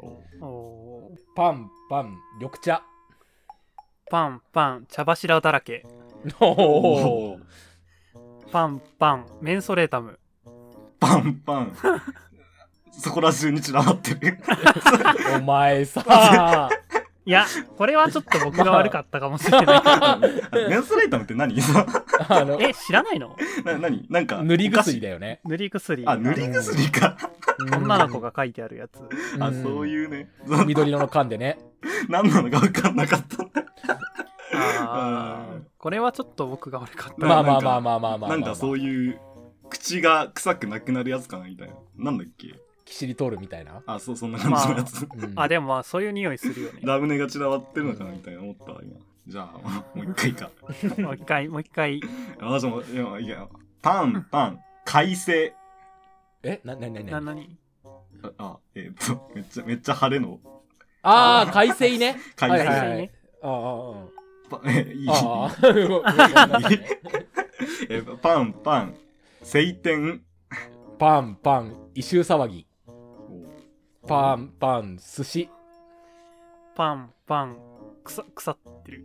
Speaker 3: ー。おー
Speaker 2: パンパン緑茶
Speaker 3: パン、パン、茶柱だらけ。
Speaker 2: お
Speaker 1: お
Speaker 2: お
Speaker 3: パン、パン、メンソレータム。
Speaker 1: パンパン。そこら中に散らばって
Speaker 2: [laughs]
Speaker 1: る。
Speaker 2: お前さ
Speaker 3: いや、これはちょっと僕が悪かったかもしれない。
Speaker 1: メンソレータムって何 [laughs] さ
Speaker 2: あの
Speaker 3: [laughs] え、知らないの
Speaker 1: な何なんか。
Speaker 2: 塗り薬
Speaker 1: で。
Speaker 2: だよね
Speaker 3: 塗り薬。
Speaker 1: あ、塗り薬か。
Speaker 3: 女の子が書いてあるやつ。
Speaker 1: あ、そう
Speaker 2: う
Speaker 1: いうね。
Speaker 2: ん緑色の缶でね
Speaker 1: 何なのか分かんなかった。
Speaker 3: あ
Speaker 1: う
Speaker 3: ー
Speaker 1: ん
Speaker 3: これはちょっと僕が悪かった。
Speaker 2: まあまあまあまあまあまあまあ
Speaker 1: なんかそういう、口が臭くなくなるやつかなみたいな。なんだっけ
Speaker 2: キシリトールみたいな
Speaker 1: あ、そう、そんな感じのやつ。
Speaker 2: うん
Speaker 3: あ、でもまあそういう匂いするよね。
Speaker 1: ラムネが散らばってるのかなみたいな思ったわ、今。じゃあ、 [laughs] もう一回か。
Speaker 3: もう一回、もう一回。
Speaker 1: あ、じゃあもう、いや、いや、パン、パン、快晴。
Speaker 2: えななな
Speaker 3: な、
Speaker 2: な
Speaker 3: なに
Speaker 1: ああ、えっと、めっちゃ、めっちゃ晴れの。
Speaker 2: ああ海星ね
Speaker 1: 快
Speaker 2: は
Speaker 1: 晴。
Speaker 2: いはいはい
Speaker 3: 海星
Speaker 2: ああああ
Speaker 1: パえ、いい。
Speaker 2: ああ、うんごめんなさいね
Speaker 1: え、パン、パン、晴天。
Speaker 2: [laughs] パンパン、異臭騒ぎ。
Speaker 1: お
Speaker 2: パンパン、寿司。
Speaker 3: パン、パン、腐腐ってる。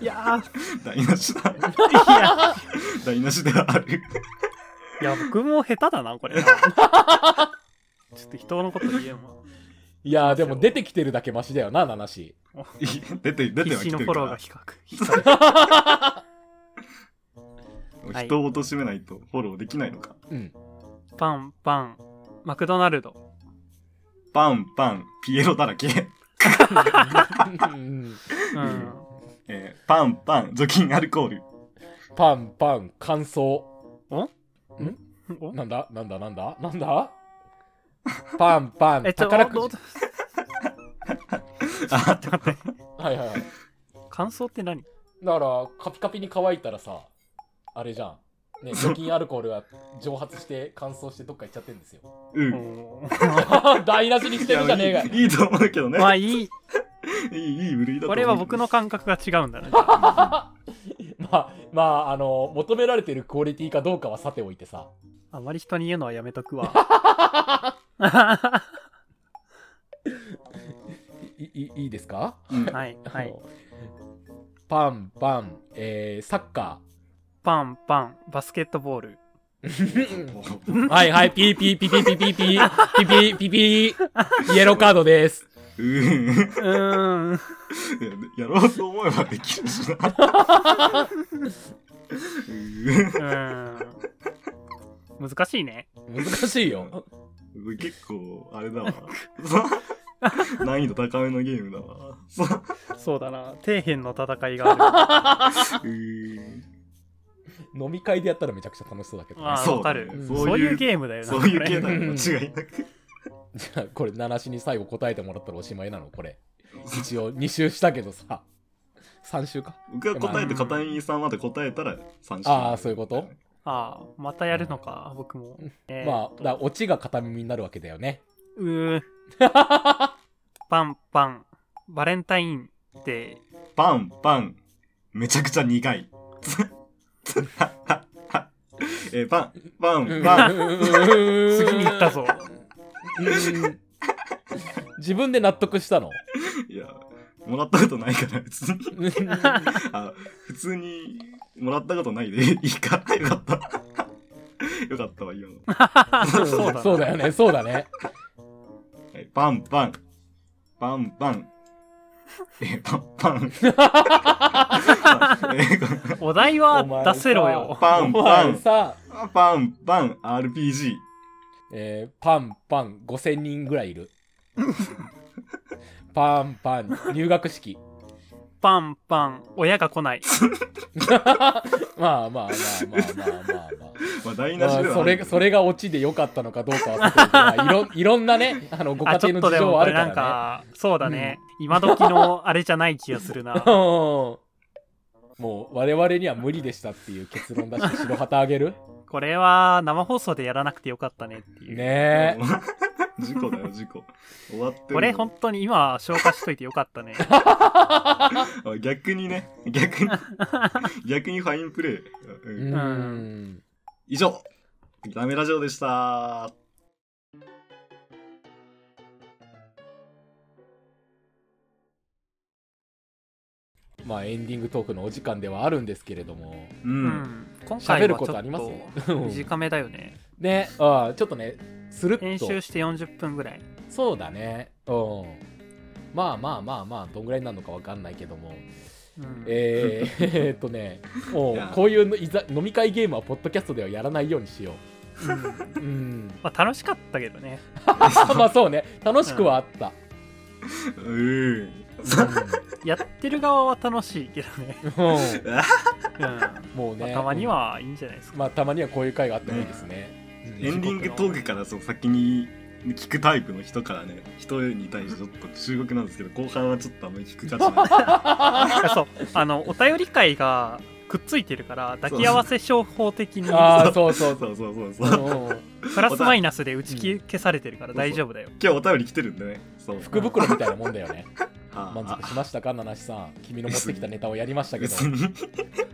Speaker 3: いや
Speaker 1: 台無しだ。
Speaker 3: ー、いや、
Speaker 1: 台無しではある。
Speaker 3: いや、僕も下手だな、これな。ちょっと人のこと言えんわ。
Speaker 2: いやー、でも出てきてるだけマシだよな、七し。
Speaker 1: いや [laughs] 出て、出て
Speaker 3: 必
Speaker 1: は
Speaker 3: 死
Speaker 1: 来
Speaker 3: の
Speaker 1: て
Speaker 3: フ
Speaker 1: るか
Speaker 3: ォローが
Speaker 1: ら。
Speaker 3: 比較。
Speaker 1: もう
Speaker 3: はい
Speaker 1: 人を貶めないとフォローできないのか。
Speaker 2: うん。
Speaker 3: パン、パン、マクドナルド。
Speaker 1: パン、パン、ピエロだらけ。
Speaker 2: うん
Speaker 3: うん。
Speaker 1: えーパン、パン、除菌アルコール。
Speaker 2: パンパン、乾燥。
Speaker 3: お
Speaker 2: なんだなんだなんだなんだパンパ
Speaker 3: え
Speaker 2: ン、
Speaker 3: っと、
Speaker 2: 宝
Speaker 3: ど
Speaker 2: く
Speaker 3: う
Speaker 2: じ。
Speaker 3: 待って待って。
Speaker 2: はいはいはい。
Speaker 3: 感想って何
Speaker 2: だから、カピカピに乾いたらさ、あれじゃん。ね、除菌アルコールが蒸発して乾燥してどっか行っちゃってんですよ。 [laughs]
Speaker 1: うん。
Speaker 3: おー [laughs]
Speaker 2: 台無しにしてるじゃねえか
Speaker 1: いやいいいいと思うけどね。
Speaker 3: まあいい。
Speaker 1: いい、いい部類だと思う。
Speaker 3: これは僕の感覚が違うんだね。
Speaker 2: まあ、まあ、あの、求められてるクオリティかどうかはさておいてさ。
Speaker 3: あまり人に言うのはやめとくわ。
Speaker 2: いいいいですか
Speaker 1: うん。
Speaker 3: はい、は
Speaker 2: あ
Speaker 3: い。
Speaker 2: のパンパン、えーサッカ
Speaker 3: パン、パン、バスケットボール。 [laughs]
Speaker 2: ー
Speaker 1: う
Speaker 2: はいはいピーピーピーピーピーピーピーピーピーピーピーイエローカードです
Speaker 1: ん。
Speaker 3: うーん。
Speaker 1: いややろうと思えばできるしな。うー
Speaker 3: うーん難しいね。
Speaker 2: 難しいよ
Speaker 1: 結構、あれだわ。難易度高めのゲームだわ。そう。
Speaker 3: そうだな底辺の戦いがあ
Speaker 1: うーん
Speaker 2: 飲み会でやったらめちゃくちゃ楽しそうだけど、
Speaker 3: る
Speaker 2: ね、
Speaker 3: ああ
Speaker 1: そう
Speaker 3: わかる
Speaker 2: うん
Speaker 3: [laughs] そういうゲームだよな
Speaker 1: そういう
Speaker 3: これ
Speaker 1: 系なの間違いなく。
Speaker 2: じゃあこれ七しに最後答えてもらったらおしまいなのこれ一応2周したけどさ3周か
Speaker 1: 僕が答えて片耳さんまで答えたら3種
Speaker 2: ああそういうこと、
Speaker 3: ああまたやるのか僕も、えー
Speaker 2: まあだからオチが片耳になるわけだよね
Speaker 3: うーパンパンバレンタインって
Speaker 1: パンパンめちゃくちゃ苦い。えーパンパンパン
Speaker 3: 次
Speaker 2: 次
Speaker 3: に行ったぞ
Speaker 2: 自分で納得したの
Speaker 1: いやもらったことないから別に
Speaker 2: うん
Speaker 1: あ普通にもらったことないでいいかよかったよかったわ今の、
Speaker 3: [laughs] [laughs] そうだ
Speaker 2: そうだよねそうだね
Speaker 1: えーパンパンパンパンえーパンパン [laughs] えーこ
Speaker 3: お題は出せろよ
Speaker 1: パンパ
Speaker 2: お前
Speaker 1: ン
Speaker 2: さ、
Speaker 1: パンパン RPG
Speaker 2: えーパンパン5000人ぐらいい
Speaker 3: [laughs]
Speaker 2: るパンパン入学式
Speaker 3: パンパン親が来ない
Speaker 2: まあまあまあまあまあまあまあ
Speaker 1: まあ台無
Speaker 2: ま
Speaker 1: し
Speaker 2: あ
Speaker 1: では
Speaker 2: そ
Speaker 1: あるけ
Speaker 2: れ
Speaker 1: ど
Speaker 2: それがオチで良かったのかどうかはさておきまあいろいろんなねあのご家
Speaker 3: あちょ
Speaker 2: 庭
Speaker 3: っ
Speaker 2: の事
Speaker 3: とで
Speaker 2: 情
Speaker 3: も
Speaker 2: は
Speaker 3: こ
Speaker 2: あ
Speaker 3: れ
Speaker 2: るか
Speaker 3: なん
Speaker 2: らね
Speaker 3: かそうだね今時のあれじゃない気がす
Speaker 2: [laughs]
Speaker 3: るな
Speaker 2: うんもう我々には無理でしたっていう結論出して白旗あげる
Speaker 3: これは生放送でやらなくてよかったねっていう、
Speaker 2: ねえ
Speaker 1: [laughs] 事故だよ事故終わってる
Speaker 3: これ本当に今消化しといてよかったね
Speaker 1: あ逆にね逆に逆にファインプレー、う
Speaker 2: うんん
Speaker 1: 以上ダメラジオでした
Speaker 2: まあエンディングトークのお時間ではあるんですけれども
Speaker 1: うん、
Speaker 3: うん今回
Speaker 2: 喋
Speaker 3: はち
Speaker 2: る
Speaker 3: ょっ
Speaker 2: ことあります
Speaker 3: と短めだよね
Speaker 2: ねあちょっとねスルッ
Speaker 3: 編
Speaker 2: と
Speaker 3: 集して40分ぐらい
Speaker 2: そうだねうんまあまあまあまあどんぐらいになるのかわかんないけども
Speaker 3: うん
Speaker 2: えー
Speaker 3: [laughs]
Speaker 2: えーっとねも
Speaker 1: いうや
Speaker 2: こういうのいざ飲み会ゲームはポッドキャストではやらないようにしよ
Speaker 3: うん
Speaker 2: ううん
Speaker 3: [laughs] まあ楽しかったけどね
Speaker 2: あまあそうね楽しくはあった、
Speaker 1: うん
Speaker 3: やってる側は楽しいけどね、
Speaker 2: うん
Speaker 3: うんま
Speaker 2: もう
Speaker 3: あ
Speaker 2: ね
Speaker 3: たまにはいいんじゃないです
Speaker 2: [laughs] うん
Speaker 3: か、
Speaker 2: まあたまにはこういう回があってもいいですねうん
Speaker 1: エンディングトークからそう先に聞くタイプの人からね人に対してちょっと中国なんですけど後半はちょっとあんまり聞く価値ない
Speaker 3: あそうあのお便り会がくっついてるから抱き合わせ商法的に
Speaker 2: ああそうそうそ
Speaker 1: そううそうそうそうう、今
Speaker 2: んうんう
Speaker 3: [laughs]
Speaker 2: ん
Speaker 3: プラスマイナスで打ち消されてるから大丈夫だよ、
Speaker 1: 日お便り来てるんでねそう
Speaker 2: 福袋みたいなもんだよね
Speaker 1: あ
Speaker 2: 満足しましたか七七さん君の持ってきたネタをやりましたけど
Speaker 1: 別に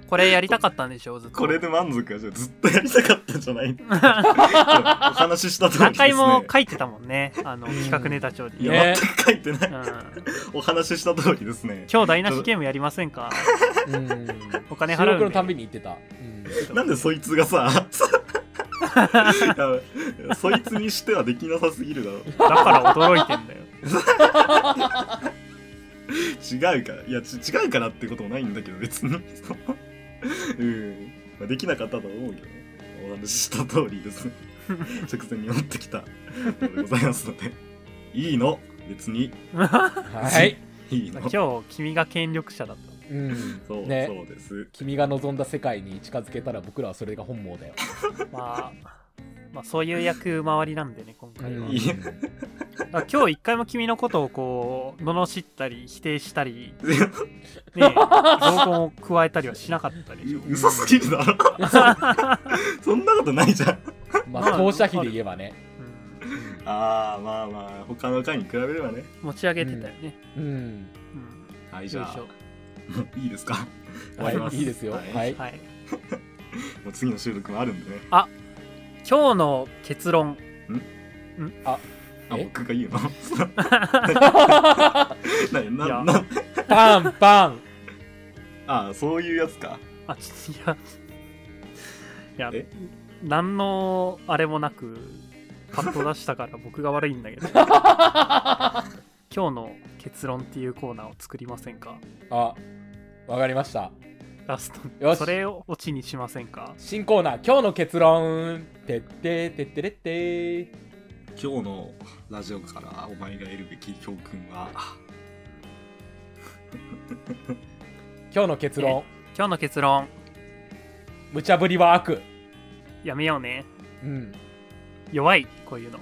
Speaker 3: これやりたかったんでしょずっと
Speaker 1: これで満足はじゃあずっとやりたかったんじゃないお話しした通りで
Speaker 3: 何
Speaker 1: すね
Speaker 3: 回も書いてたもんねあの企画ネタ帳
Speaker 1: い
Speaker 3: に、
Speaker 1: や、
Speaker 2: ね
Speaker 1: 全く書いてない
Speaker 3: うん、
Speaker 1: お話しした通りですね
Speaker 3: 今日台無しゲームやりませんか
Speaker 2: うん
Speaker 3: お金
Speaker 2: 収
Speaker 3: 払うん
Speaker 2: 録
Speaker 3: で
Speaker 2: のたんびに言ってた、うん
Speaker 1: なんでそいつがさ [laughs] いやそいつにしてはできなさすぎるだろ
Speaker 3: だから驚いてんだよ
Speaker 1: 違うからいやち違うからってこともないんだけど別に [laughs] そううん、まあ、できなかったと思うけどお話しした通りですね直前に持ってきたのでございますのでいいの別に
Speaker 3: [laughs]
Speaker 2: はい、
Speaker 1: いいの
Speaker 3: 今日君が権力者だった
Speaker 2: うん
Speaker 1: そう、
Speaker 2: ね
Speaker 1: そうです
Speaker 2: 君が望んだ世界に近づけたら僕らはそれが本望だよ、
Speaker 3: まあ、まあそういう役回りなんでね今
Speaker 2: う
Speaker 3: 回は、
Speaker 2: ん
Speaker 1: いい
Speaker 3: だから今日一回も君のことをこう罵ったり否定し
Speaker 1: [laughs]
Speaker 3: たりねえ造言を加えたりはしなかったでしょ
Speaker 1: う嘘すぎるだ
Speaker 3: [laughs]
Speaker 1: ろそんなことないじゃん
Speaker 2: まあ投射費で言えばね、
Speaker 3: うん
Speaker 1: ああまあまあ他の回に比べればね
Speaker 3: 持ち上げてたよね、
Speaker 2: うん、
Speaker 3: うん
Speaker 1: はいじ
Speaker 3: よい
Speaker 1: ゃ
Speaker 3: しょ
Speaker 1: あ [laughs] いいですか終わりま
Speaker 2: は
Speaker 1: す
Speaker 2: い、いいですよ。は
Speaker 1: はいい、
Speaker 3: はい
Speaker 1: もう次の収録もあるんでね
Speaker 3: 今日の結論
Speaker 1: あ
Speaker 2: え
Speaker 1: 僕が言うの何
Speaker 3: い
Speaker 1: な
Speaker 3: や
Speaker 1: な
Speaker 2: パンパン。
Speaker 1: ああそういうやつか
Speaker 3: あちょっといやいや
Speaker 1: え
Speaker 3: 何のあれもなくパッと出したから僕が悪いんだけど今日の結論っていうコーナーを作りませんか
Speaker 2: あ、わかりました。
Speaker 3: ラスト
Speaker 2: よし
Speaker 3: それをオチにしませんか
Speaker 2: 新コーナー、今日の結論。てってってってれって。
Speaker 1: 今日のラジオからお前が得るべき教訓は
Speaker 2: 今日の結論
Speaker 3: 今日の結論
Speaker 2: 無茶ぶりは悪
Speaker 3: やめようね
Speaker 2: うん
Speaker 3: 弱いこういうの